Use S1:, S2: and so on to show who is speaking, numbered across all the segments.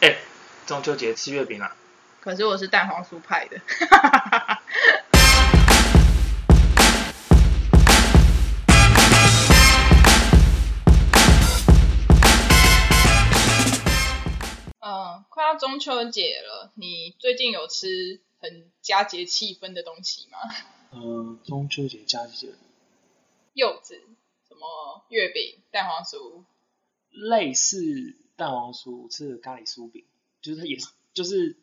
S1: 哎中秋节吃月饼啊。
S2: 可是我是蛋黄酥派 的。嗯，快要中秋节了，你最近有吃很佳节气氛的东西吗？
S1: 嗯，中秋节佳节
S2: 柚子、什么月饼、蛋黄酥，
S1: 类似蛋黄酥，我吃的咖喱酥饼，就是它也是就是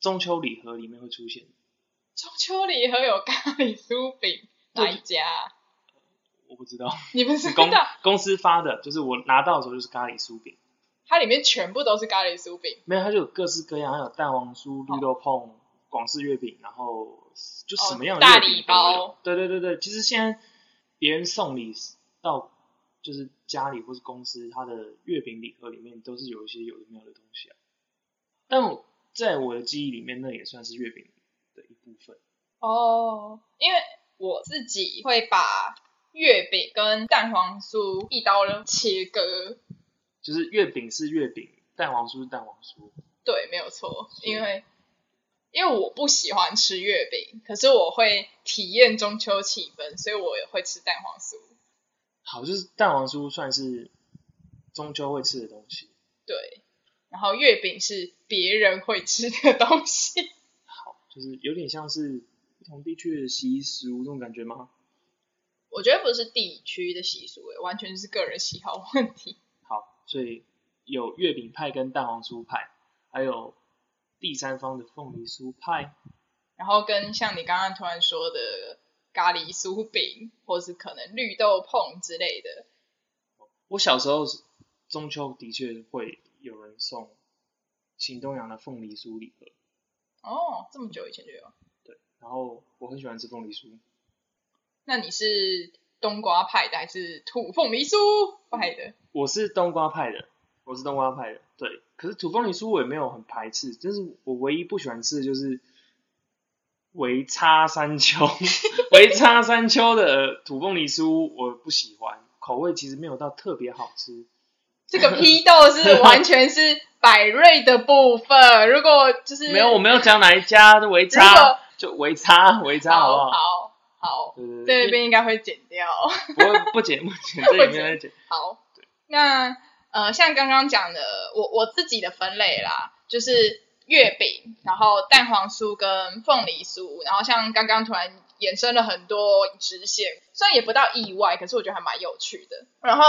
S1: 中秋礼盒里面会出现。
S2: 中秋礼盒有咖喱酥饼，哪一家啊？
S1: 我不知道，
S2: 你不知
S1: 公
S2: 道？
S1: 公司发的，就是我拿到的时候就是咖喱酥饼，
S2: 它里面全部都是咖喱酥饼。
S1: 没有它就有各式各样，还有蛋黄酥、绿豆碰、广式月饼，然后就什么样的
S2: 哦
S1: 月
S2: 大
S1: 饼
S2: 礼
S1: 都
S2: 包
S1: 有。对对对对，其实现在别人送礼到就是家里或是公司，它的月饼礼盒里面都是有一些有的没有的东西啊。但我在我的记忆里面，那也算是月饼的一部分。
S2: 哦，因为我自己会把月饼跟蛋黄酥一刀切割，
S1: 就是月饼是月饼，蛋黄酥是蛋黄酥。
S2: 对，没有错，
S1: 是
S2: 因为因为我不喜欢吃月饼，可是我会体验中秋气氛，所以我也会吃蛋黄酥。
S1: 好，就是蛋黄酥算是中秋会吃的东西。
S2: 对，然后月饼是别人会吃的东西。
S1: 好，就是有点像是不同地区的习俗那种感觉吗？
S2: 我觉得不是地区的习俗，完全是个人喜好问题。
S1: 好，所以有月饼派跟蛋黄酥派，还有第三方的凤梨酥派。
S2: 然后跟像你刚刚突然说的咖喱酥饼，或是可能绿豆碰之类的，
S1: 我小时候是中秋的确会有人送新东阳的凤梨酥礼盒，
S2: 哦，这么久以前就有。
S1: 然后我很喜欢吃凤梨酥，
S2: 那你是冬瓜派的还是土凤梨酥派的？
S1: 我是冬瓜派的，我是冬瓜派的，对。可是土凤梨酥我也没有很排斥，但是我唯一不喜欢吃的就是维差山 丘，维差山丘的土凤梨酥我不喜欢，口味其实没有到特别好吃。
S2: 这个批斗是完全是百瑞的部分。如果就是
S1: 没有，我没有讲哪一家的维
S2: 如果
S1: 差，就维差维差好不好？
S2: 好好好，
S1: 对对
S2: 这
S1: 对，
S2: 边应该会剪掉。
S1: 不会不剪不剪，这里面在剪。
S2: 好，那呃，像刚刚讲的，我我自己的分类啦，就是月饼，然后蛋黄酥跟凤梨酥，然后像刚刚突然衍生了很多支线，虽然也不到意外，可是我觉得还蛮有趣的。然后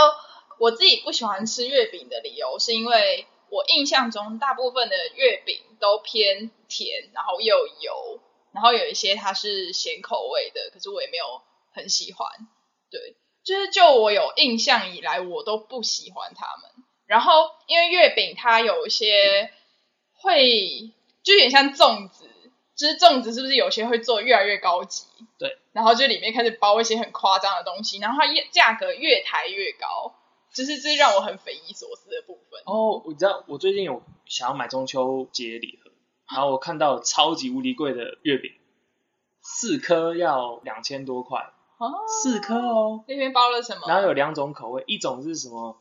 S2: 我自己不喜欢吃月饼的理由，是因为我印象中大部分的月饼都偏甜，然后又油，然后有一些它是咸口味的，可是我也没有很喜欢。对，就是就我有印象以来，我都不喜欢它们。然后因为月饼它有一些会，就有点像粽子，就是粽子是不是有些会做越来越高级？
S1: 对，
S2: 然后就里面开始包一些很夸张的东西，然后它越价格越抬越高，就是这让我很匪夷所思的部分。
S1: 哦，我知道，我最近有想要买中秋节礼盒，然后我看到超级无敌贵的月饼，四颗要两千多块，
S2: 哦，
S1: 四颗哦。
S2: 那边包了什么？
S1: 然后有两种口味，一种是什么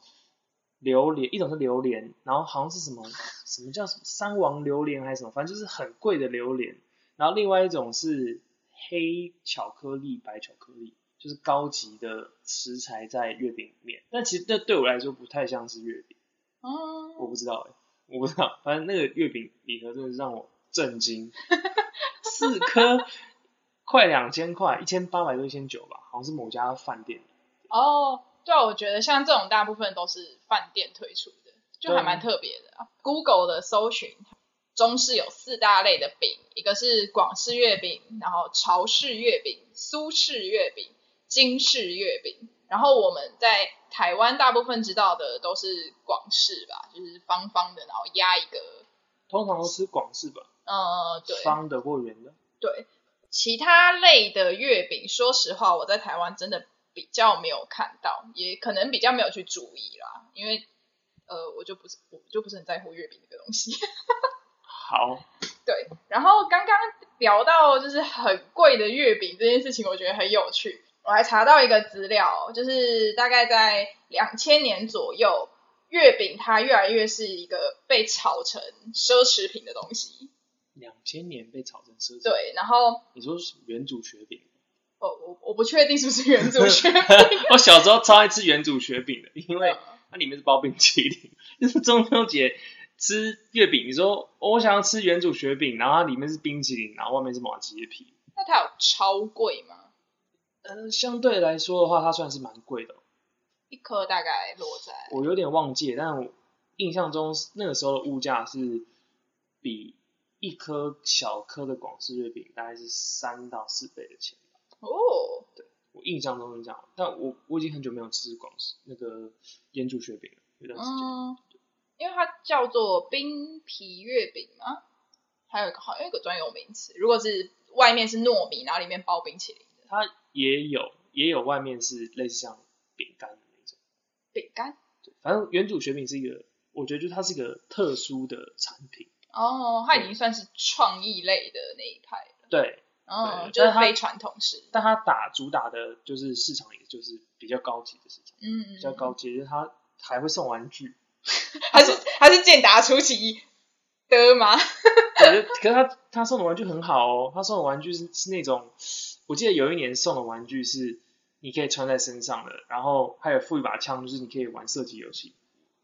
S1: 榴莲，一种是榴莲，然后好像是什么什么叫什么三王榴莲还是什么，反正就是很贵的榴莲。然后另外一种是黑巧克力、白巧克力，就是高级的食材在月饼里面。但其实这对我来说不太像是月饼，我
S2: 嗯，
S1: 不知道哎、我不知道，反正那个月饼礼盒真的是让我震惊， 四颗快两千块，一千八百多一千九吧，好像是某家饭店。
S2: 哦，对啊，我觉得像这种大部分都是饭店推出的，就还蛮特别的啊、Google 的搜寻，中式有四大类的饼，一个是广式月饼，然后潮式月饼、苏式月饼、京式月饼，然后我们在台湾大部分知道的都是广式吧，就是方方的，然后压一个，
S1: 通常都吃广式吧，
S2: 呃，对，
S1: 方的或圆的。
S2: 对，其他类的月饼，说实话，我在台湾真的比较没有看到，也可能比较没有去注意啦，因为呃，我就不是我就不是很在乎月饼这个东西。
S1: 好，
S2: 对，然后刚刚聊到就是很贵的月饼这件事情，我觉得很有趣。我还查到一个资料，就是大概在两千年左右，月饼它越来越是一个被炒成奢侈品的东西。
S1: 两千年被炒成奢侈。，
S2: 对，然后
S1: 你说是原主雪饼，
S2: 我我我不确定是不是原主 雪饼，
S1: 我小时候超爱吃原主雪饼的，因为它里面是包冰淇淋。就是中秋节吃月饼，你说、哦我想要吃原主雪饼，然后它里面是冰淇淋，然后外面是马吉皮。
S2: 那它有超贵吗？
S1: 呃，相对来说的话，它算是蛮贵的哦。
S2: 一颗大概落在
S1: 我有点忘记了，但我印象中那个时候的物价是比一颗小颗的广式月饼大概是三到四倍的钱。
S2: 哦，
S1: 我印象中是这样，但我我已经很久没有吃广式那个腌煮雪饼了，有段时间。
S2: 嗯，因为它叫做冰皮月饼嘛，还有一个好像有一个专有名词，如果是外面是糯米，然后里面包冰淇淋的
S1: 它也有也有外面是类似像饼干的那种，
S2: 饼干。
S1: 对，反正原主雪饼是一个，我觉得就是它是一个特殊的产品，
S2: 哦，它已经算是创意类的那一派了，
S1: 对，
S2: 哦，
S1: 对
S2: 就是
S1: 但它
S2: 非传统式，
S1: 但它打主打的就是市场，也就是比较高级的市场，
S2: 嗯，嗯
S1: 比较，高级，就是它还会送玩具，
S2: 还是还是健达出奇的吗？
S1: 对，可是他他送的玩具很好哦，他送的玩具是是那种，我记得有一年送的玩具是你可以穿在身上的，然后还有附一把枪，就是你可以玩射击游戏，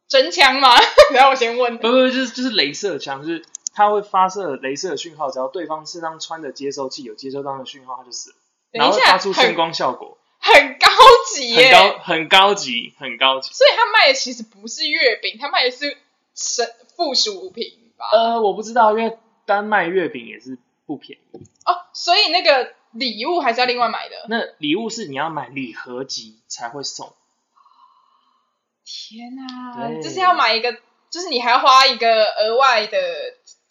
S2: 真枪吗？ 然后我先问，
S1: 不不，不就是就是镭射枪，就是它会发射镭射的讯号，只要对方身上穿的接收器有接收到的讯号，它就死了，然
S2: 等一
S1: 后会
S2: 下，
S1: 发出声
S2: 很
S1: 光效果，
S2: 很高级
S1: 很
S2: 耶，
S1: 高很高级，很高级。
S2: 所以他卖的其实不是月饼，他卖的是神附属品吧？
S1: 呃，我不知道，因为单卖月饼也是不便宜，
S2: 哦，所以那个礼物还是要另外买的。
S1: 那礼物是你要买礼盒级才会送。
S2: 天啊，
S1: 对
S2: 就是要买一个，就是你还要花一个额外的，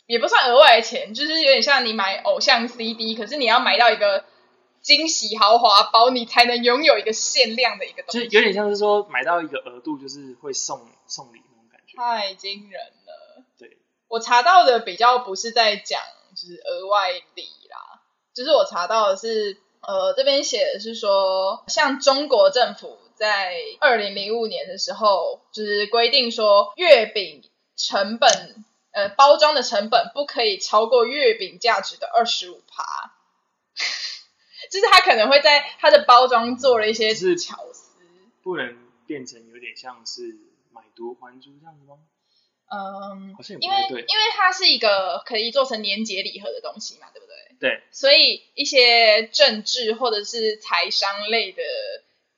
S2: 也不算额外的钱，就是有点像你买偶像 CD，可是你要买到一个惊喜豪华包，你才能拥有一个限量的一个
S1: 就
S2: 东西，
S1: 有点像是说买到一个额度，就是会送送礼那种感觉。
S2: 太惊人了。
S1: 对，
S2: 我查到的比较不是在讲就是额外礼啦，就是我查到的是，呃，这边写的是说，像中国政府在二零零五年的时候，就是规定说月饼成本，呃，包装的成本不可以超过月饼价值的二十五趴， 就是它可能会在它的包装做了一些
S1: 是
S2: 巧思，
S1: 不能变成有点像是买椟还珠这样子吗？
S2: 嗯，
S1: 好像也不
S2: 因为
S1: 太
S2: 因为
S1: 对。
S2: 它是一个可以做成年节礼盒的东西嘛，对不对？
S1: 对，
S2: 所以一些政治或者是财商类的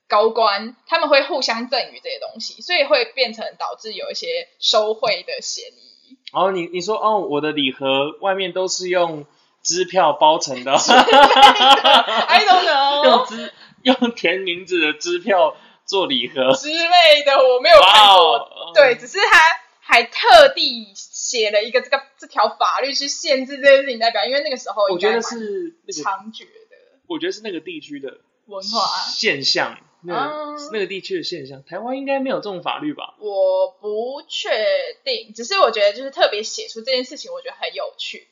S2: 高官，他们会互相赠予这些东西，所以会变成导致有一些收贿的嫌 疑。
S1: 然后你你说哦，我的礼盒外面都是用支票包成 的哦，
S2: I don't
S1: 用
S2: know
S1: 支用填名字的支票做礼 盒。
S2: 之类的，我没有看
S1: 哇
S2: 过。
S1: 哦，
S2: 对，
S1: 嗯
S2: 只是他还特地写了一个这个这条法律去限制这件事情代表，因为那个时候
S1: 我
S2: 应
S1: 觉
S2: 该
S1: 得
S2: 蛮
S1: 是那个，
S2: 猖獗的
S1: 我觉得是那个地区的
S2: 文化啊。
S1: 现象，那
S2: 哦
S1: 个那个地区的现象，台湾应该没有这种法律吧？
S2: 我不确定，只是我觉得就是特别写出这件事情，我觉得很有趣。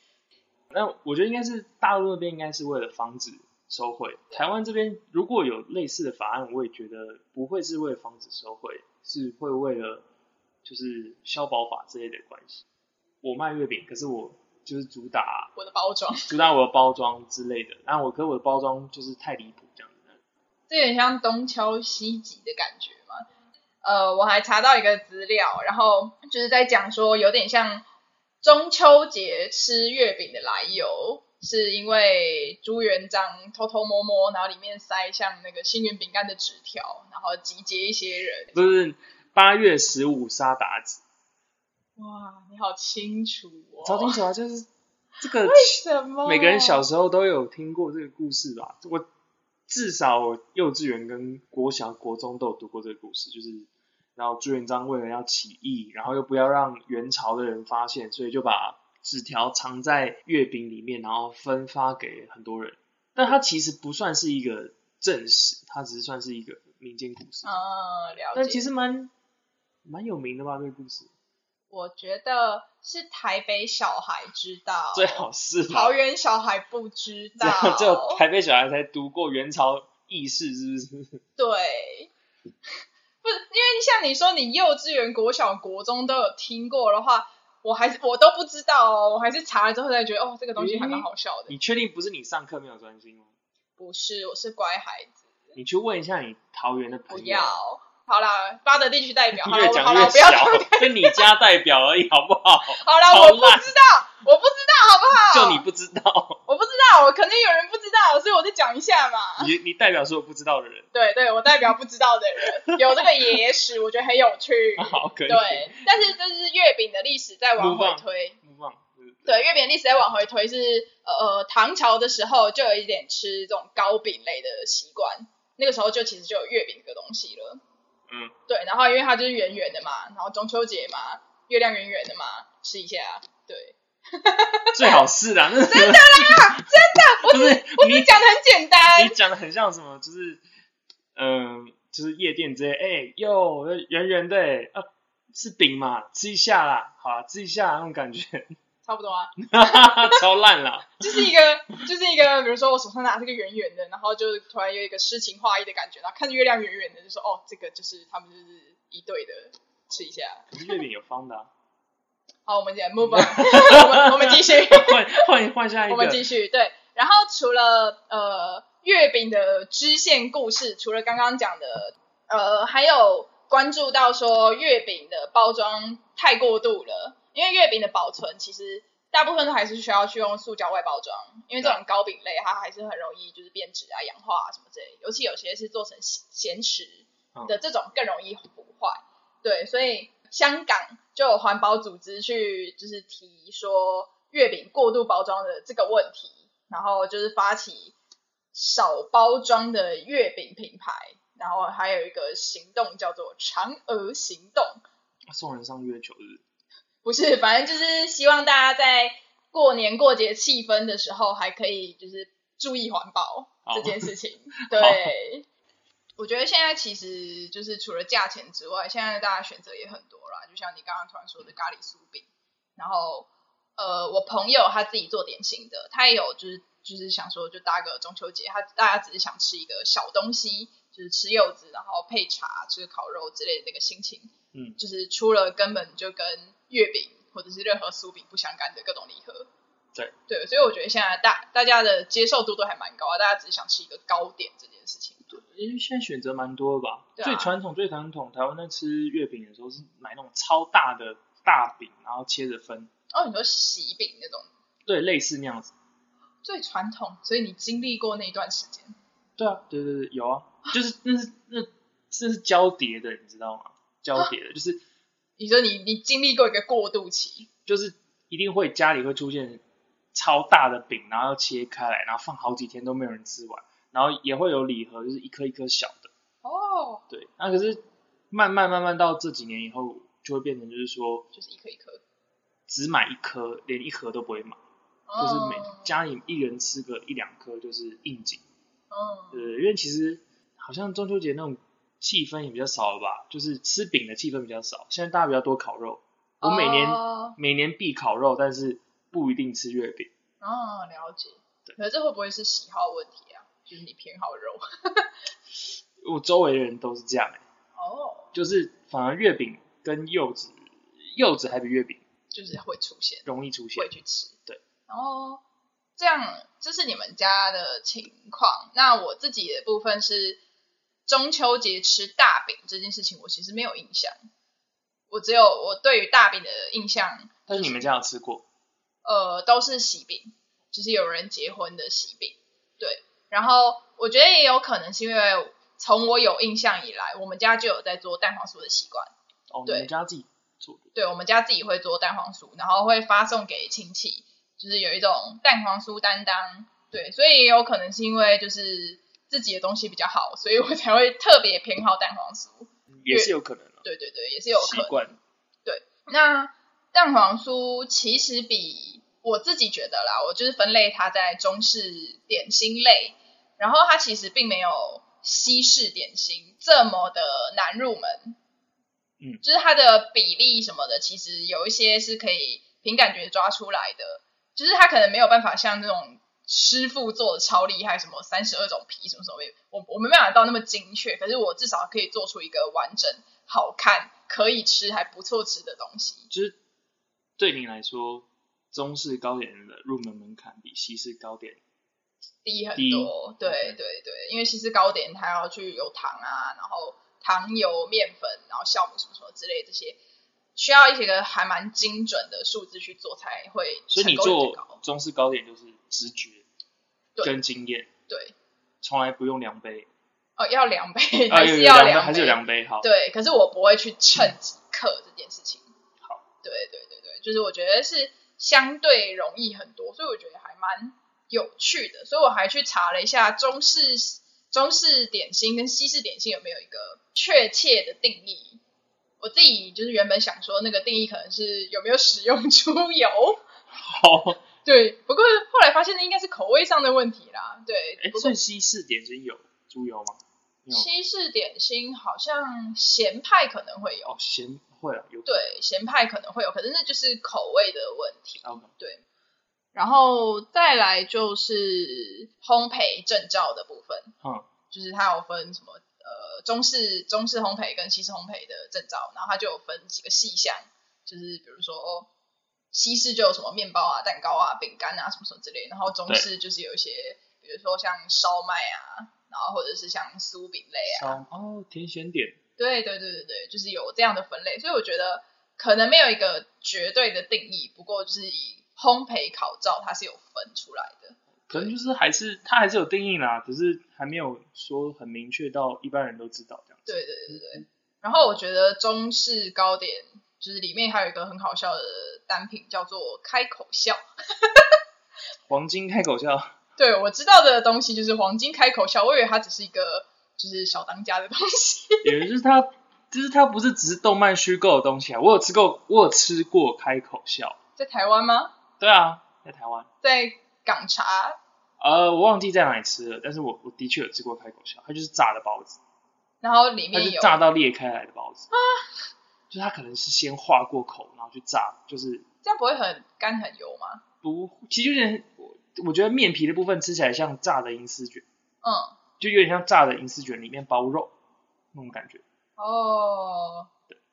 S1: 那我觉得应该是大陆那边应该是为了防止收贿，台湾这边如果有类似的法案，我也觉得不会是为了防止收贿，是会为了就是消保法之类的关系。我卖月饼，可是我就是主打
S2: 我的包装，
S1: 主打我的包装之类的，然后我可是我的包装就是太离谱这样子。
S2: 这有点像东敲西击的感觉嘛。呃，我还查到一个资料，然后就是在讲说，有点像中秋节吃月饼的来由，是因为朱元璋偷偷摸摸，然后里面塞像那个幸运饼干的纸条，然后集结一些人。
S1: 不是八月十五杀妲己，
S2: 哇，你好清楚哦！
S1: 超清楚啊，就是这个
S2: 什么？
S1: 每个人小时候都有听过这个故事吧？我至少我幼稚园跟国小、国中都有读过这个故事，就是然后朱元璋为了要起义，然后又不要让元朝的人发现，所以就把纸条藏在月饼里面，然后分发给很多人。但它其实不算是一个正史，它只是算是一个民间故事，
S2: 嗯，了解。
S1: 但其实蛮蛮有名的吧？这个故事
S2: 我觉得是台北小孩知道，
S1: 最好是吧
S2: 桃园小孩不知
S1: 这
S2: 道
S1: 样， 只有台北小孩才读过元朝轶事，是不是？
S2: 对。不是因为像你说你幼稚园、国小、国中都有听过的话，我还是我都不知道哦，我还是查了之后才觉得哦，这个东西还蛮好笑的。
S1: 你确定不是你上课没有专心吗？
S2: 不是，我是乖孩子，
S1: 你去问一下你桃园的
S2: 不
S1: 朋友
S2: 要，。好啦，巴德地区代表，好啦，
S1: 哎越
S2: 我
S1: 讲
S2: 好啦，
S1: 越
S2: 我不要
S1: 小，是你家代表而已，好不好？
S2: 好啦，
S1: 好
S2: 我不
S1: 烂
S2: 知道，我不知道，好不
S1: 就
S2: 好？
S1: 你不知道，
S2: 我不知道，我肯定有人不知道，所以我就讲一下嘛。
S1: 你你代表所有不知道的人，
S2: 对对，我代表不知道的人，有这个野史，我觉得很有趣。
S1: 好，可以。
S2: 对，但是就是月饼的历史再往回
S1: Move on
S2: 推，
S1: Move on，嗯
S2: 对，月饼的历史再往回推是呃唐朝的时候就有一点吃这种糕饼类的习惯，那个时候就其实就有月饼这个东西了。
S1: 嗯，
S2: 对，然后因为它就是圆圆的嘛，然后中秋节嘛，月亮圆圆的嘛，吃一下。对，
S1: 最好是啦，那真的啦，真的，不
S2: 我
S1: 是
S2: 只
S1: 你
S2: 是讲的很简单
S1: 你，讲的很像什么，就是嗯、就是夜店之类，哎、哟，圆圆的、欸，啊，是饼嘛，吃一下啦，好啦，吃一下啦那种感觉，
S2: 差不多啊，
S1: 超烂啦，
S2: 就是一个 就是一个，比如说我手上拿这个圆圆的，然后就突然有一个诗情画意的感觉，然后看着月亮圆圆的，就说哦，这个就是他们就是一对的，吃一下。
S1: 可是月饼有方的、啊，
S2: 好，我们现在 move on，我们我 们继续，
S1: 换换换下一
S2: 我们
S1: 个，
S2: 继续。对，然后除了呃月饼的支线故事，除了刚刚讲的，呃，还有关注到说月饼的包装太过度了，因为月饼的保存其实大部分都还是需要去用塑胶外包装，因为这种糕饼类啊它还是很容易就是变质啊、氧化啊什么之类的，尤其有些是做成咸咸食的这种更容易腐坏。对，所以香港就有环保组织去就是提说月饼过度包装的这个问题，然后就是发起少包装的月饼品牌，然后还有一个行动叫做“嫦娥行动”，
S1: 送人上月球日，
S2: 不是，反正就是希望大家在过年过节气氛的时候，还可以就是注意环保
S1: 好
S2: 这件事 情。对，我觉得现在其实就是除了价钱之外，现在大家选择也很多啦，就像你刚刚突然说的咖喱酥饼，然后呃，我朋友他自己做点心的，他也有就是就是想说就搭个中秋节，他大家只是想吃一个小东西，就是吃柚子，然后配茶吃烤肉之类的那个心情，
S1: 嗯，
S2: 就是出了根本就跟月饼或者是任何酥饼不相干的各种礼盒。
S1: 对
S2: 对，所以我觉得现在大大家的接受度都还蛮高啊，大家只是想吃一个糕点这件事情。
S1: 因为现在选择蛮多的吧，
S2: 对啊
S1: 最传统最传统，台湾在吃月饼的时候是买那种超大的大饼，然后切着分，
S2: 哦，你说喜饼那种
S1: 对，类似那样子。
S2: 最传统，所以你经历过那一段时间。
S1: 对啊，对对对， 有啊，就是那是那这是交叠的，你知道吗？交 叠的，就是
S2: 你说你你经历过一个过渡期，
S1: 就是一定会家里会出现超大的饼，然后要切开来，然后放好几天都没有人吃完，然后也会有礼盒，就是一颗一颗小的，
S2: 哦，
S1: 对。那可是慢慢慢慢到这几年以后，就会变成就是说
S2: 就是一颗一颗，
S1: 只买一颗，连一盒都不会买，就是每
S2: 哦
S1: 家里一人吃个一两颗就是应景。
S2: 嗯，
S1: 对，因为其实好像中秋节那种气氛也比较少了吧，就是吃饼的气氛比较少。现在大家比较多烤肉，我每年、
S2: 哦，
S1: 每年必烤肉，但是不一定吃月饼。
S2: 哦了解
S1: 对。
S2: 可是这会不会是喜好问题啊？就是你偏好肉
S1: 我周围的人都是这样、欸，
S2: 哦，
S1: 就是反而月饼跟柚子，柚子还比月饼
S2: 就是会出现，
S1: 容易出现
S2: 会。去吃。
S1: 对，
S2: 然后这样，这是你们家的情况。那我自己的部分是中秋节吃大饼这件事情，我其实没有印象。我只有我对于大饼的印象，
S1: 但是你们家有吃过？
S2: 呃，都是喜饼，就是有人结婚的喜饼。对，然后我觉得也有可能是因为从我有印象以来，我们家就有在做蛋黄酥的习惯。
S1: 哦，你
S2: 对
S1: 们家自己做
S2: 对我们家自己会做蛋黄酥，然后会发送给亲戚，就是有一种蛋黄酥担当。对，所以也有可能是因为就是自己的东西比较好，所以我才会特别偏好蛋黄酥。
S1: 也是有可能的、
S2: 嗯对对对，也是有可
S1: 习
S2: 能。
S1: 惯。
S2: 那蛋黄酥其实比我自己觉得啦，我就是分类它在中式点心类，然后它其实并没有西式点心这么的难入门。
S1: 嗯，
S2: 就是它的比例什么的，其实有一些是可以凭感觉抓出来的，就是它可能没有办法像那种师傅做的超厉害，什么三十二种皮什么什么，我我没办法到那么精确，可是我至少可以做出一个完整、好看、可以吃还不错吃的东西。
S1: 就是对你来说，中式糕点的入门门槛比西式糕点
S2: 低很
S1: 低
S2: 多，对
S1: OK
S2: 对对，因为西式糕点它要去有糖啊，然后糖油、面粉，然后酵母什么什么之类这些，需要一些个还蛮精准的数字去做才会
S1: 所以
S2: 成
S1: 你
S2: 功率最
S1: 做
S2: 高。
S1: 中式糕点就是直觉
S2: 对
S1: 跟经验，
S2: 对，
S1: 从来不用量杯，
S2: 哦，要量杯
S1: 啊
S2: 还
S1: 有
S2: 是
S1: 有
S2: 要
S1: 量
S2: 量杯，
S1: 还是有量杯好。
S2: 对，可是我不会去称几克这件事情。
S1: 好，
S2: 对对对对，就是我觉得是相对容易很多，所以我觉得还蛮有趣的。所以我还去查了一下中式中式点心跟西式点心有没有一个确切的定义。我自己就是原本想说那个定义可能是有没有使用出油，
S1: 好，
S2: 对，不过后来发现那应该是口味上的问题啦。对，
S1: 哎，哦
S2: 不
S1: 所
S2: 过
S1: 以西式点心有猪油吗？没有
S2: 西式点心好像咸派可能会有。
S1: 哦，咸会啊，有
S2: 对，咸派可能会有，可是那就是口味的问题。
S1: OK
S2: 对，然后再来就是烘焙证照的部分，
S1: 嗯，
S2: 就是它有分什么呃中式中式烘焙跟西式烘焙的证照，然后它就有分几个细项，就是比如说、哦西式就有什么面包啊、蛋糕啊、饼干啊什么什么之类，然后中
S1: 对
S2: 式就是有一些，比如说像烧麦啊，然后或者是像酥饼类啊，
S1: 烧哦，甜咸点
S2: 对对对对对，就是有这样的分类，所以我觉得可能没有一个绝对的定义，不过就是以烘焙考照它是有分出来的。
S1: 可能就是还是它还是有定义啦，只是还没有说很明确到一般人都知道这样子。
S2: 对对对对。
S1: 嗯
S2: 然后我觉得中式糕点就是里面还有一个很好笑的单品叫做开口笑，
S1: 黄金开口笑，
S2: 对我知道的东西就是黄金开口笑，我以为它只是一个就是小当家的东西。
S1: 也就是它，就是它不是只是动漫虚构的东西啊。我有吃过，我有吃过开口笑，
S2: 在台湾吗？
S1: 对啊，在台湾，
S2: 在港茶，
S1: 呃，我忘记在哪里吃了，但是我我的确有吃过开口笑，它就是炸的包子，
S2: 然后里
S1: 它
S2: 面
S1: 是
S2: 有
S1: 炸到裂开来的包子啊， 就它可能是先化过口，然后去炸，就是
S2: 这样不会很干很油吗？
S1: 不，其实有点，我我觉得面皮的部分吃起来像炸的银丝卷，
S2: 嗯，
S1: 就有点像炸的银丝卷里面包肉那种感觉。
S2: 哦，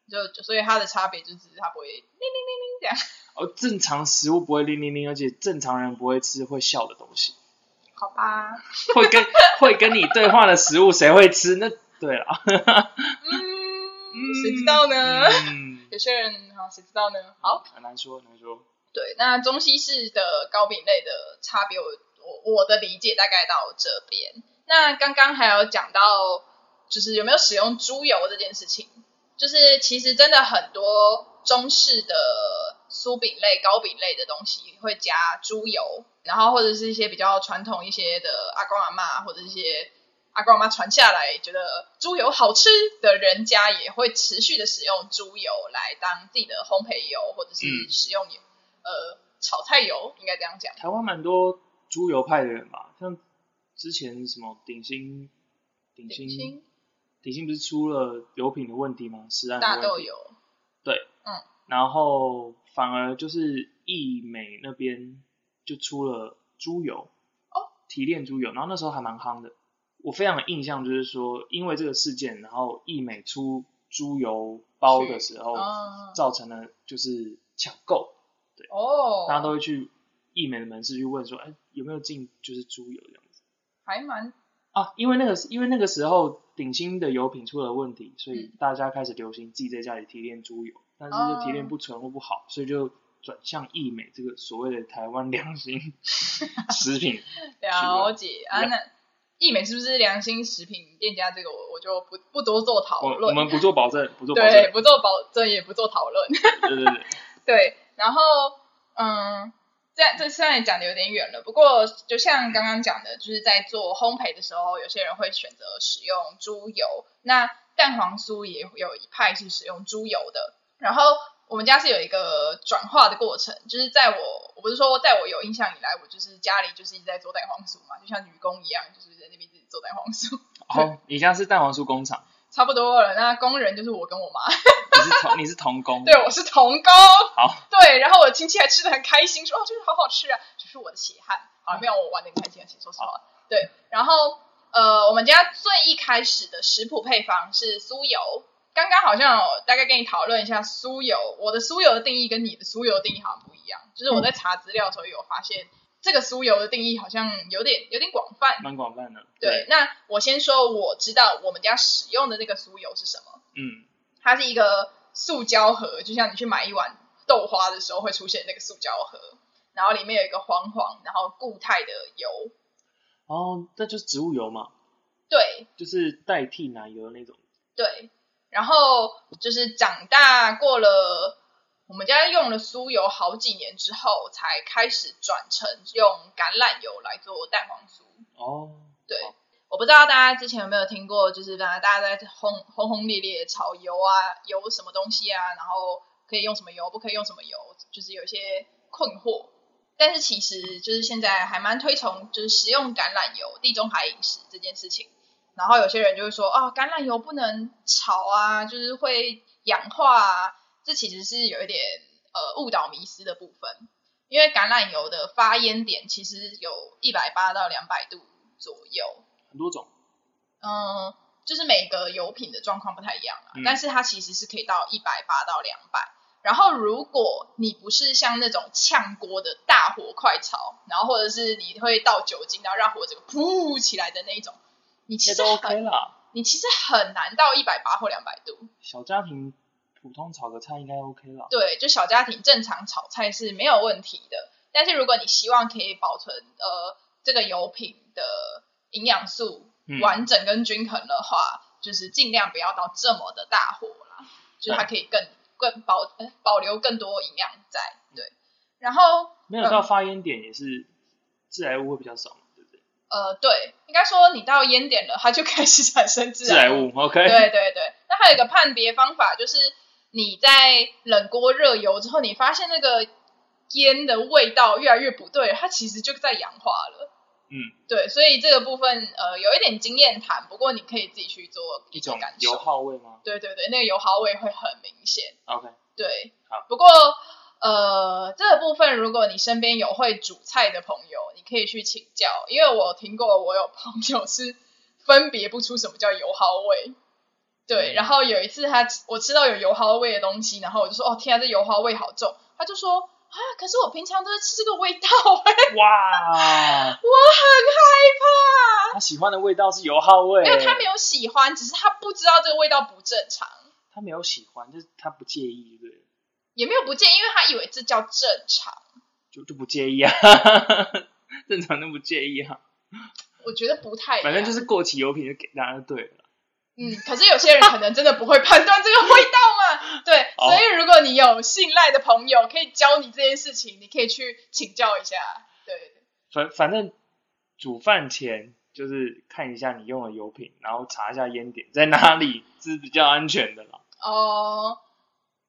S2: 就就所以它的差别就只是它不会铃铃铃铃这样，
S1: 而正常食物不会零零零，而且正常人不会吃会笑的东西。
S2: 好吧？
S1: 会跟会跟你对话的食物，谁会吃？那对啊了，
S2: 嗯，谁知道呢？
S1: 嗯，
S2: 有些人啊，谁知道呢？好，
S1: 很难说，很难说。
S2: 对，那中西式的糕饼类的差别，我我我的理解大概到这边。那刚刚还有讲到，就是有没有使用猪油这件事情，就是其实真的很多中式的酥饼类、糕饼类的东西会加猪油，然后或者是一些比较传统一些的阿公阿妈或者一些。阿公阿妈传下来觉得猪油好吃的人家，也会持续的使用猪油来当自己的烘焙油，或者是
S1: 嗯
S2: 使用油呃炒菜油，应该这样讲。
S1: 台湾蛮多猪油派的人吧，像之前什么鼎新，鼎
S2: 点
S1: 新，
S2: 心、
S1: 鼎新不是出了油品的问题吗？食安的
S2: 大
S1: 问题
S2: 豆油，
S1: 然后反而就是意美那边就出了猪油，
S2: 哦，
S1: 提炼猪油，然后那时候还蛮夯的。我非常有印象，就是说因为这个事件，然后意美出猪油包的时候，
S2: 嗯
S1: 造成了就是抢购，
S2: 哦，
S1: 大家都会去意美的门市去问说，哎，有没有进就是猪油这样子
S2: 还蛮
S1: 啊？因为那个因为那个时候鼎新的油品出了问题，所以
S2: 嗯
S1: 大家开始流行自己在家里提炼猪油，但是
S2: 哦
S1: 就提炼不纯或不好，所以就转向意美这个所谓的台湾良 心食品。
S2: 了解啊。
S1: 了
S2: 那益美是不是良心食品店家？这个我我就不不多做讨
S1: 我我
S2: 论，
S1: 们不做保证，不做保
S2: 对，
S1: 证，
S2: 不做保证，也不做讨论。
S1: 对对对，
S2: 对，然后嗯，这这虽然讲的有点远了，不过就像刚刚讲的，就是在做烘焙的时候，有些人会选择使用猪油，那蛋黄酥也有一派是使用猪油的。然后我们家是有一个转化的过程，就是在我我不是说在我有印象以来，我就是家里就是一直在做蛋黄酥嘛，就像女工一样，就是在那边自己做蛋黄酥。
S1: 好，你家是蛋黄酥工厂，
S2: 差不多了。那工人就是我跟我妈，
S3: 你是童你是童工，
S2: 对我是童工。
S3: 好，
S2: 对，然后我亲戚还吃的很开心，说哦，这个好好吃啊，只是我的血汗。好了，没有我玩的很开心，其实说实话，对。然后呃，我们家最一开始的食谱配方是酥油。刚刚好像有大概跟你讨论一下酥油，我的酥油的定义跟你的酥油的定义好像不一样。就是我在查资料的时候有发现，这个酥油的定义好像有点有点广泛。
S3: 蛮广泛的。
S2: 对，，那我先说我知道我们家使用的那个酥油是什么，
S3: 嗯，
S2: 它是一个塑胶盒，就像你去买一碗豆花的时候会出现那个塑胶盒，然后里面有一个黄黄，然后固态的油，
S1: 哦，那就是植物油嘛，
S2: 对
S1: 就是代替奶油那种。
S2: 对，然后就是长大过了。我们家用了酥油好几年之后，才开始转成用橄榄油来做蛋黄酥。
S1: 哦，
S2: 对
S1: 好，
S2: 我不知道大家之前有没有听过，就是大家大家在轰轰轰烈烈地炒油啊，油什么东西啊，然后可以用什么油，不可以用什么油，就是有一些困惑。但是其实就是现在还蛮推崇就是食用橄榄油、地中海饮食这件事情。然后有些人就会说，哦，橄榄油不能炒啊，就是会氧化啊。这其实是有一点呃误导迷失的部分。因为橄榄油的发烟点其实有一百八到两百度左右，
S1: 很多种。
S2: 嗯，就是每个油品的状况不太一样啊，
S3: 嗯
S2: 但是它其实是可以到一百八到两百。然后如果你不是像那种呛锅的大火快炒，然后或者是你会倒酒精，然后让火整个噗起来的那一种，你其
S1: 也
S2: 实
S1: 都
S2: 很、
S1: OK 啦，
S2: 你其实很难到一百八或两百度。
S1: 小家庭普通炒个菜应该 OK 啦。
S2: 对，就小家庭正常炒菜是没有问题的。但是如果你希望可以保存呃这个油品的营养素
S3: 嗯
S2: 完整跟均衡的话，就是尽量不要到这么的大火啦，就是它可以更更保呃保留更多营养在。对，然后
S1: 没有到发烟点也是致癌物会比较少嘛，对不对？
S2: 呃对，应该说你到烟点了，它就开始产生致
S3: 致
S1: 啊
S2: 癌
S3: 癌
S2: 物
S3: 物，OK，
S2: 对对对，那还有一个判别方法，就是你在冷锅热油之后，你发现那个烟的味道越来越不对，它其实就在氧化了。
S3: 嗯，
S2: 对，所以这个部分呃有一点经验谈，不过你可以自己去做
S1: 一种
S2: 感
S1: 油
S2: 受。
S1: 耗味吗
S2: 对对对，那个油耗味会很明显。
S1: ？OK，
S2: 对，
S1: 好
S2: 不过呃，这个部分如果你身边有会煮菜的朋友，你可以去请教，因为我听过我有朋友是分别不出什么叫油耗味。对，
S1: 嗯
S2: 然后有一次他我吃到有油耗味的东西，然后我就说哦天啊，这油耗味好重，他就说啊，可是我平常都是吃这个味道、 哎，
S1: 哇，
S2: 我很害怕。
S1: 他喜欢的味道是油耗味，
S2: 没有，他没有喜欢，只是他不知道这个味道不正常，
S1: 他没有喜欢，就是他不介意，对不对？
S2: 也没有不介意，因为他以为这叫正常。
S1: 就就不介意啊， 正常都不介意啊，
S2: 我觉得不太一
S1: 反
S2: 样，
S1: 正就是过期油品就给大家就对了。
S2: 嗯，可是有些人可能真的不会判断这个味道嘛，对，
S3: 好
S2: 所以如果你有信赖的朋友可以教你这件事情，你可以去请教一下，对，
S1: 反反正煮饭前就是看一下你用的油品，然后查一下烟点在哪里是比较安全的啦。
S2: 哦，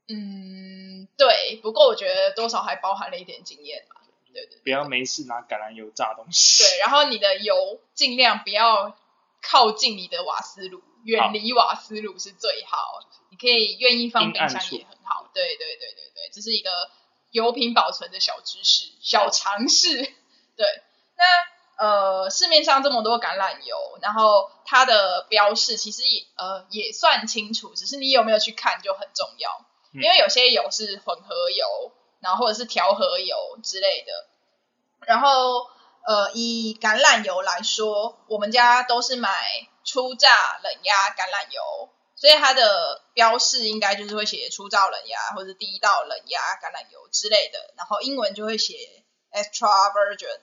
S2: 嗯，对，不过我觉得多少还包含了一点经验嘛，对对
S1: 不要没事拿橄榄油炸东西。
S2: 对，然后你的油尽量不要靠近你的瓦斯炉，远离瓦斯炉是最好，你可以愿意放
S1: 阴
S2: 冰
S1: 暗
S2: 箱
S1: 处
S2: 也很好，对对对对对，这是一个油品保存的小知识、小常识。对，那呃，市面上这么多橄榄油，然后它的标示其实也呃也算清楚，只是你有没有去看就很重要，
S3: 嗯
S2: 因为有些油是混合油，然后或者是调和油之类的。然后呃，以橄榄油来说，我们家都是买初榨冷压橄榄油。所以它的标示应该就是会写初榨冷压或者第一道冷压橄榄油之类的，然后英文就会写 extra virgin，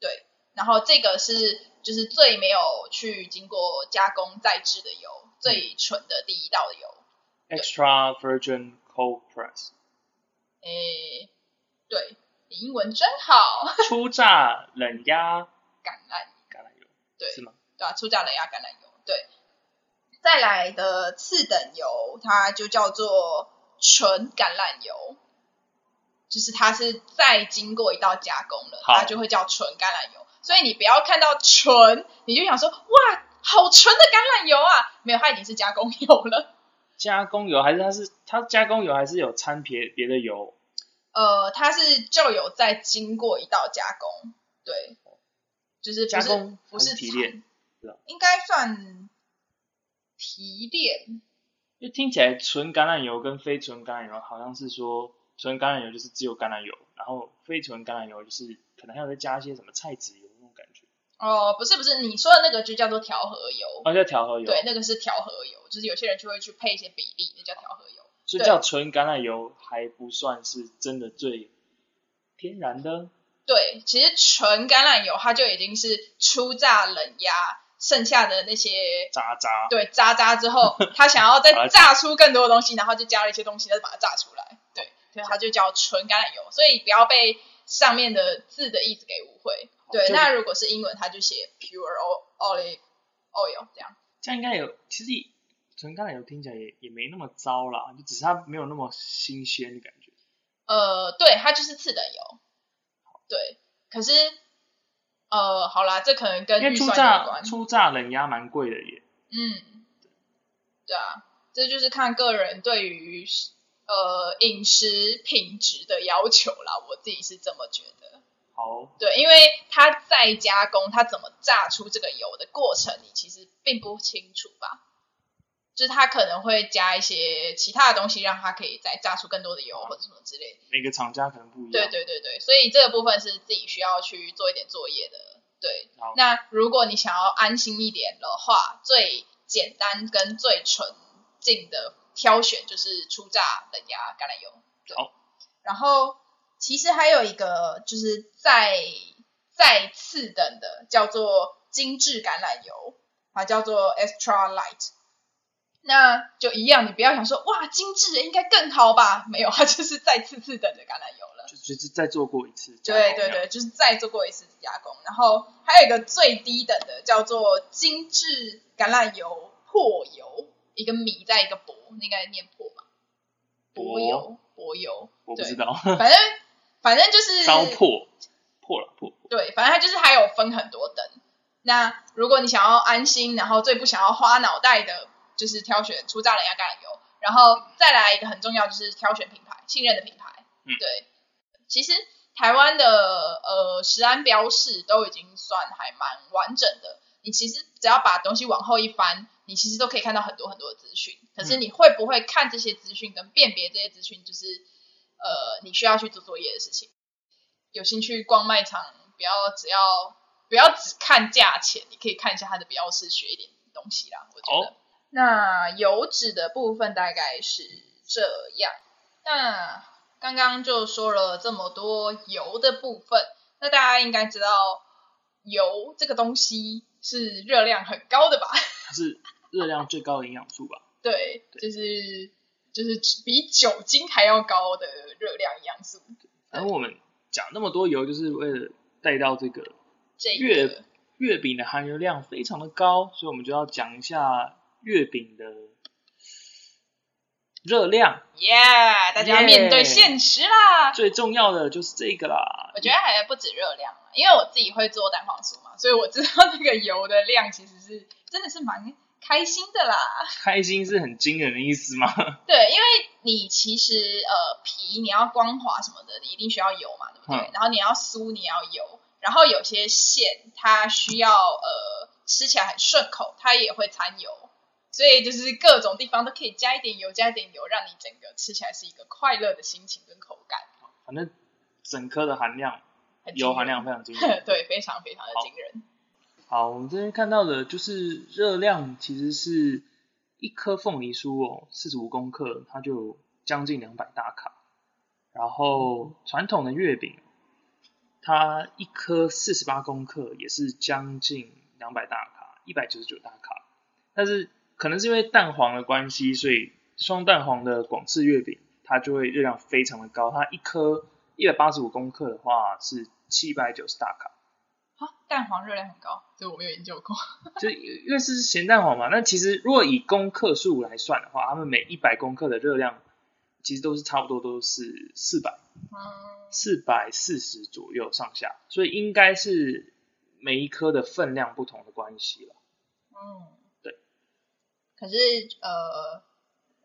S2: 对，然后这个是就是最没有去经过加工再制的油，最纯的第一道的油。
S1: Extra virgin cold press，
S2: 诶，对你英文真好，
S1: 初榨冷压
S2: 橄榄
S1: 橄榄油，
S2: 对
S1: 是吗？
S2: 对啊，初榨冷压橄榄油，对。再来的次等油，它就叫做纯橄榄油，就是它是再经过一道加工了，
S3: 好
S2: 它就会叫纯橄榄油。所以你不要看到纯，你就想说哇，好纯的橄榄油啊！没有，它已经是加工油了。
S1: 加工油还是它是它加工油还是有掺别别的油？
S2: 呃，它是就有在经过一道加工，对，就是不
S1: 加
S2: 是
S1: 工
S2: 不
S1: 还是
S2: 是
S1: 提
S2: 产
S1: 炼是吧，
S2: 应该算提炼。
S1: 因为听起来纯橄榄油跟非纯橄榄油好像是说纯橄榄油就是只有橄榄油，然后非纯橄榄油就是可能还有再加一些什么菜籽油那种感觉，
S2: 哦，不是不是，你说的那个就叫做调和油，
S1: 哦叫调和油，
S2: 对，那个是调和油，就是有些人就会去配一些比例，那叫调和油。
S1: 所以
S2: 对
S1: 叫纯橄榄油还不算是真的最天然的。
S2: 对，其实纯橄榄油它就已经是初榨冷压，剩下的那些
S1: 渣渣，
S2: 对渣渣之 后，它想要再榨出更多的东西，然后就加了一些东西，再把它榨出来。对，所以它就叫纯橄榄油。所以不要被上面的字的意思给误会。对，
S1: 就是
S2: 那如果是英文，它就写 pure olive oil 这样。
S1: 这样应该有。其实纯橄榄油听起来也也没那么糟啦，就只是它没有那么新鲜的感觉。
S2: 呃，对，它就是次等油。对，可是呃，好啦，这可能跟
S1: 因为
S2: 预
S1: 初
S2: 算有
S1: 榨
S2: 关。
S1: 初榨冷压蛮贵的耶，
S2: 嗯，对啊，这就是看个人对于呃饮食品质的要求啦，我自己是这么觉得。
S1: 好，
S2: 对，因为它再加工，它怎么榨出这个油的过程，你其实并不清楚吧？就是它可能会加一些其他的东西，让它可以再榨出更多的油或者什么之类的。
S1: 每个厂家可能不一样。
S2: 对对对对，所以这个部分是自己需要去做一点作业的。对，
S1: 好，
S2: 那如果你想要安心一点的话，最简单跟最纯净的挑选就是初榨冷压橄榄油。对
S1: 好，
S2: 然后其实还有一个就是再再次等的叫做精致橄榄油，它叫做 extra light。那就一样，你不要想说哇精致应该更好吧，没有，它就是再次次等的橄榄油了。
S1: 就就是再做过一次。
S2: 对对，对，就是再做过一次加工，然后还有一个最低等的叫做精致橄榄油粕油，一个米在一个薄，那应该念粕吧？薄
S1: 薄
S2: 油，薄油，
S1: 我不
S2: 对
S1: 知道，
S2: 反正反正就是
S1: 糟粕，破了破。
S2: 对，反正它就是还有分很多等。那如果你想要安心，然后最不想要花脑袋的，就是挑选初榨冷压橄榄油，然后再来一个很重要就是挑选品牌，信任的品牌。
S3: 嗯
S2: 对。其实台湾的呃食安标示都已经算还蛮完整的，你其实只要把东西往后一翻，你其实都可以看到很多很多的资讯。可是你会不会看这些资讯跟辨别这些资讯，就是呃你需要去做作业的事情。有兴趣逛卖场，不要只要不要只看价钱，你可以看一下它的标识，学一点东西啦。我觉得。那油脂的部分大概是这样。那刚刚就说了这么多油的部分，那大家应该知道油这个东西是热量很高的吧？
S1: 它是热量最高的营养素吧？
S2: 对，就是就是比酒精还要高的热量营养素。
S1: 反正我们讲那么多油，就是为了带到这个
S2: 这
S1: 月
S2: 个
S1: 月饼的含油量非常的高，所以我们就要讲一下月饼的热量。
S2: ，Yeah，大家要
S1: Yeah
S2: 面对现实 啦。
S1: 最重要的就是这个啦
S2: 我，觉得还不止热量啊啦，因为我自己会做蛋黄酥嘛，所以我知道那个油的量其实是真的是蛮开心的啦。
S1: 开心是很惊人的意思吗？
S2: 对，因为你其实呃皮你要光滑什么的，你一定需要油嘛，对不对？
S1: 嗯
S2: 然后你要酥，你要油，然后有些馅它需要呃吃起来很顺口，它也会掺油，所以就是各种地方都可以加一点油，加一点油，让你整个吃起来是一个快乐的心情跟口感，
S1: 反正整颗的含量
S2: 很惊人
S1: 油含量非常惊人。
S2: 对，非常非常的惊人。
S1: 好，我们这边看到的就是热量其实是一颗凤梨酥哦，四十五公克，它就有将近两百大卡。然后传统的月饼，它一颗四十八公克，也是将近两百大卡，一百九十九大卡。但是可能是因为蛋黄的关系，所以双蛋黄的广式月饼，它就会热量非常的高。它一颗一百八十五公克的话是七百九十大卡。
S2: 啊，蛋黄热量很高，这我没有研究过。
S1: 就因为是咸蛋黄嘛，那其实如果以公克数来算的话，他们每一百公克的热量其实都是差不多都是四百
S2: 嗯，
S1: 四百四十左右上下，所以应该是每一颗的分量不同的关系了。
S2: 哦嗯，
S1: 对。
S2: 可是呃，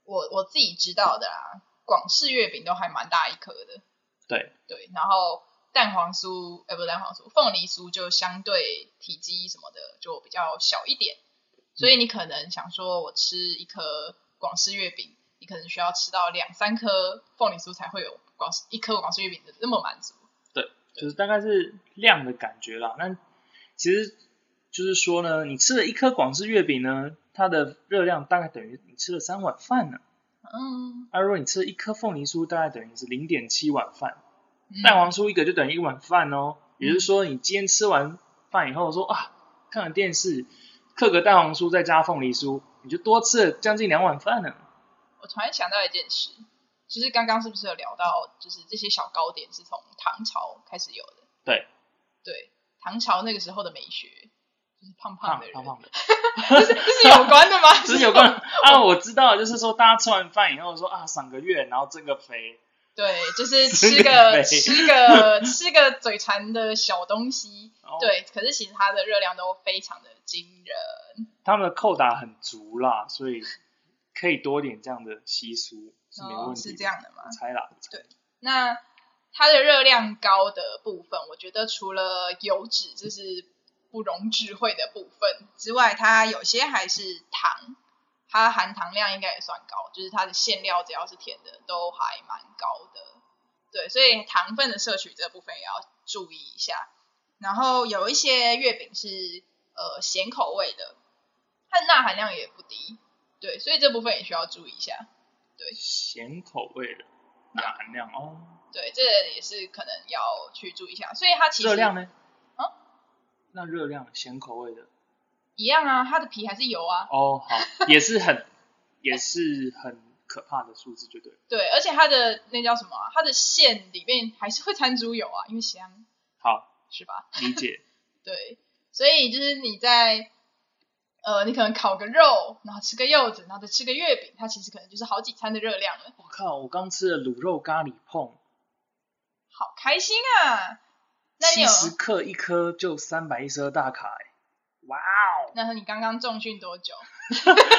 S2: 我我自己知道的啦，广式月饼都还蛮大一颗的，
S1: 对
S2: 对。然后蛋黄酥，哎、不是蛋黄酥，凤梨酥就相对体积什么的就比较小一点，所
S1: 嗯
S2: 以你可能想说我吃一颗广式月饼，你可能需要吃到两三颗凤梨酥才会有广式一颗广式月饼的那么满足。
S1: 就是大概是量的感觉啦。那其实就是说呢，你吃了一颗广式月饼呢，它的热量大概等于你吃了三碗饭呢、
S2: 嗯，
S1: 啊，如果你吃了一颗凤梨酥，大概等于是零点七碗饭。
S2: 嗯
S1: 蛋黄酥一个就等于一碗饭哦。也就是说，你今天吃完饭以后说啊，看了电视，刻个蛋黄酥再加凤梨酥，你就多吃了将近两碗饭呢。
S2: 我突然想到一件事，就是刚刚是不是有聊到，就是这些小糕点是从唐朝开始有的？
S1: 对，
S2: 对，唐朝那个时候的美学，就是胖胖
S1: 胖
S2: 的人，
S1: 胖胖的，
S2: 这是这是有关的吗？
S1: 只是有 关啊，我知道，就是说大家吃完饭以后说啊，赏个月，然后增个肥，
S2: 对，就是
S1: 吃
S2: 吃个
S1: 个肥
S2: 吃个吃个嘴馋的小东西，
S1: 然后
S2: 对。可是其实它的热量都非常的惊人，
S1: 他们的扣打很足啦，所以可以多点这样的习俗是没问
S2: 哦，
S1: 题的。
S2: 是这样的吗？
S1: 我猜啦，
S2: 那它的热量高的部分，我觉得除了油脂，这是不容置喙的部分之外，它有些还是糖，它含糖量应该也算高，就是它的馅料只要是甜的都还蛮高的。对，所以糖分的摄取这部分也要注意一下。然后有一些月饼是呃咸口味的，它的钠含量也不低，对，所以这部分也需要注意一下。
S1: 咸口味的钠
S2: 啊
S1: 含量哦，
S2: 对，这也是可能要去注意一下。所以它其实
S1: 热量呢？
S2: 啊，
S1: 那热量咸口味的
S2: 一样啊，它的皮还是油啊。
S1: 哦，好，也是很也是很可怕的数字，就对了。
S2: 对，而且它的那叫什么、啊？它的馅里面还是会掺猪油啊，因为香
S1: 好，
S2: 是吧？
S1: 理解。
S2: 对，所以就是你在呃，你可能烤个肉，然后吃个柚子，然后再吃个月饼，它其实可能就是好几餐的热量了。
S1: 我靠，我刚吃了卤肉咖喱碰，
S2: 好开心啊！那你
S1: 七
S2: 有？
S1: 十克一颗就三百一十二大卡、欸，哇哦！
S2: 那你刚刚重训多久？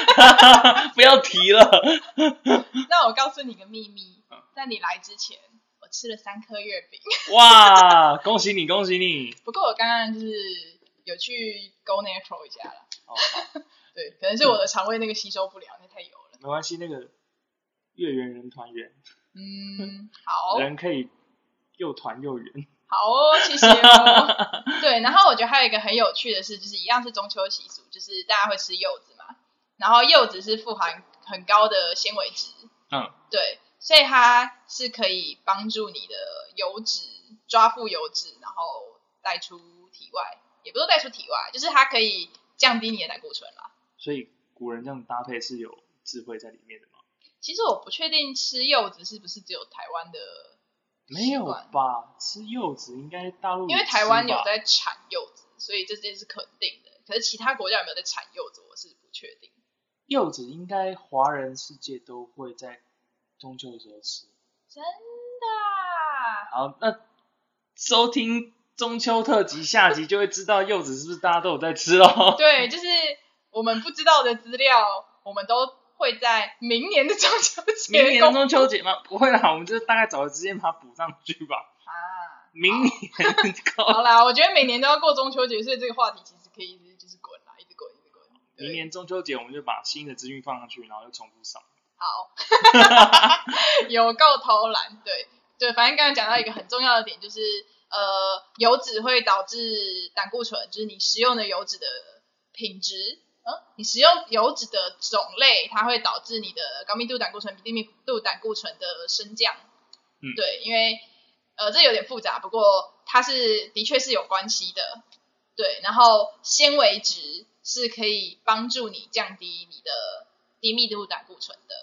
S1: 不要提了。
S2: 那我告诉你个秘密
S1: 嗯，
S2: 在你来之前，我吃了三颗月饼。
S1: 哇，恭喜你，恭喜你！
S2: 不过我刚刚就是有去 Go Natural 一下啦，
S1: 哦，好，
S2: 对，可能是我的肠胃那个吸收不了，那太油了。
S1: 没关系，那个月圆人团圆，
S2: 嗯，好
S1: 人可以又团又圆。
S2: 好哦，谢 谢哦。对，然后我觉得还有一个很有趣的是，就是一样是中秋习俗，就是大家会吃柚子嘛，然后柚子是富含很高的纤维质，
S1: 嗯，
S2: 对，所以它是可以帮助你的油脂抓附油脂，然后带出体外，也不是带出体外，就是它可以降低你的胆固醇啦。
S1: 所以古人这样搭配是有智慧在里面的吗？
S2: 其实我不确定吃柚子是不是只有台湾的
S1: 没有
S2: 习惯
S1: 吧？吃柚子应该大陆也
S2: 因为台湾
S1: 吃吧
S2: 有在产柚子，所以这件是肯定的。可是其他国家有没有在产柚子，我是不确定。
S1: 柚子，应该华人世界都会在中秋的时候吃。
S2: 真的啊？
S1: 好，那收听中秋特辑下集就会知道柚子是不是大家都有在吃喽。
S2: 对，就是我们不知道的资料，我们都会在明年的中秋节
S1: 明年
S2: 公
S1: 中秋节吗？不会啦，我们就大概找个时间把它补上去吧。
S2: 啊。
S1: 明年
S2: 好啦，我觉得每年都要过中秋节，所以这个话题其实可以一直就是滚啊啦，一直滚，一直滚。对
S1: 明年中秋节我们就把新的资讯放上去，然后又重复上。
S2: 好， 有够偷懒，对对，反正刚才讲到一个很重要的点，就是呃，油脂会导致胆固醇，就是你食用的油脂的品质，嗯，你食用油脂的种类，它会导致你的高密度胆固醇、低密度胆固醇的升降，
S1: 嗯
S2: 对，因为呃，这有点复杂，不过它是的确是有关系的，对，然后纤维质是可以帮助你降低你的低密度胆固醇的。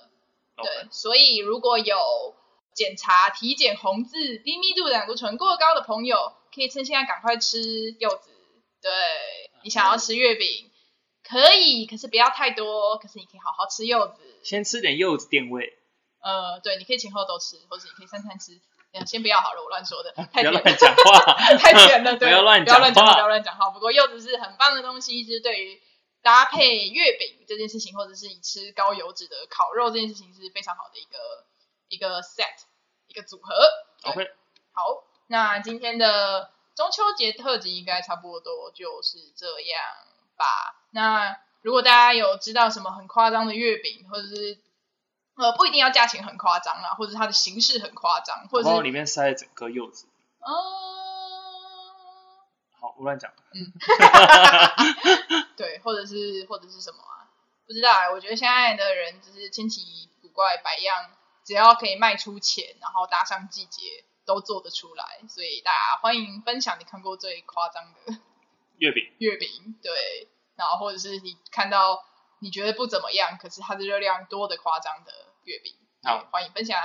S2: 对，所以如果有检查体检红字低密度胆固醇过高的朋友，可以趁现在赶快吃柚子。对
S1: 嗯
S2: 你想要吃月饼，可以，可是不要太多，可是你可以好好吃柚子。
S1: 先吃点柚子垫胃，
S2: 呃，对，你可以前后都吃，或者你可以三餐吃。呃先不要好了，我 乱说的，
S1: 不
S2: 太
S1: 要
S2: 甜了
S1: 乱。讲话。
S2: 太甜了，对，
S1: 不要乱
S2: 不要
S1: 讲
S2: 乱讲
S1: 话
S2: 不要乱讲话。不过柚子是很棒的东西，就是对于搭配月饼这件事情，或者是你吃高油脂的烤肉这件事情，是非常好的一个一个 set 一个组合。
S3: OK，
S2: 好，那今天的中秋节特辑应该差不多就是这样吧。那如果大家有知道什么很夸张的月饼，或者是呃不一定要价钱很夸张啦，或者是它的形式很夸张，或
S1: 包
S2: 者
S1: 包
S2: 是呃
S1: 里面塞了整颗柚子。
S2: 嗯。
S1: 好，我乱讲。
S2: 对，或者是或者是什么啊？不知道啊，我觉得现在的人就是千奇古怪百样，只要可以卖出钱，然后搭上季节，都做得出来。所以大家欢迎分享你看过最夸张的
S3: 月饼
S2: 月饼，对，然后或者是你看到你觉得不怎么样，可是它的热量多的夸张的月饼，
S3: 好
S2: 也欢迎分享。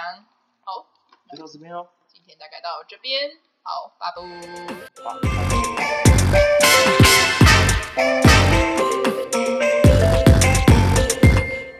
S2: 好，
S3: 就到这边
S1: 哦
S3: 喽。
S2: 今天大概到这边，好，拜拜。
S3: 好，拜拜。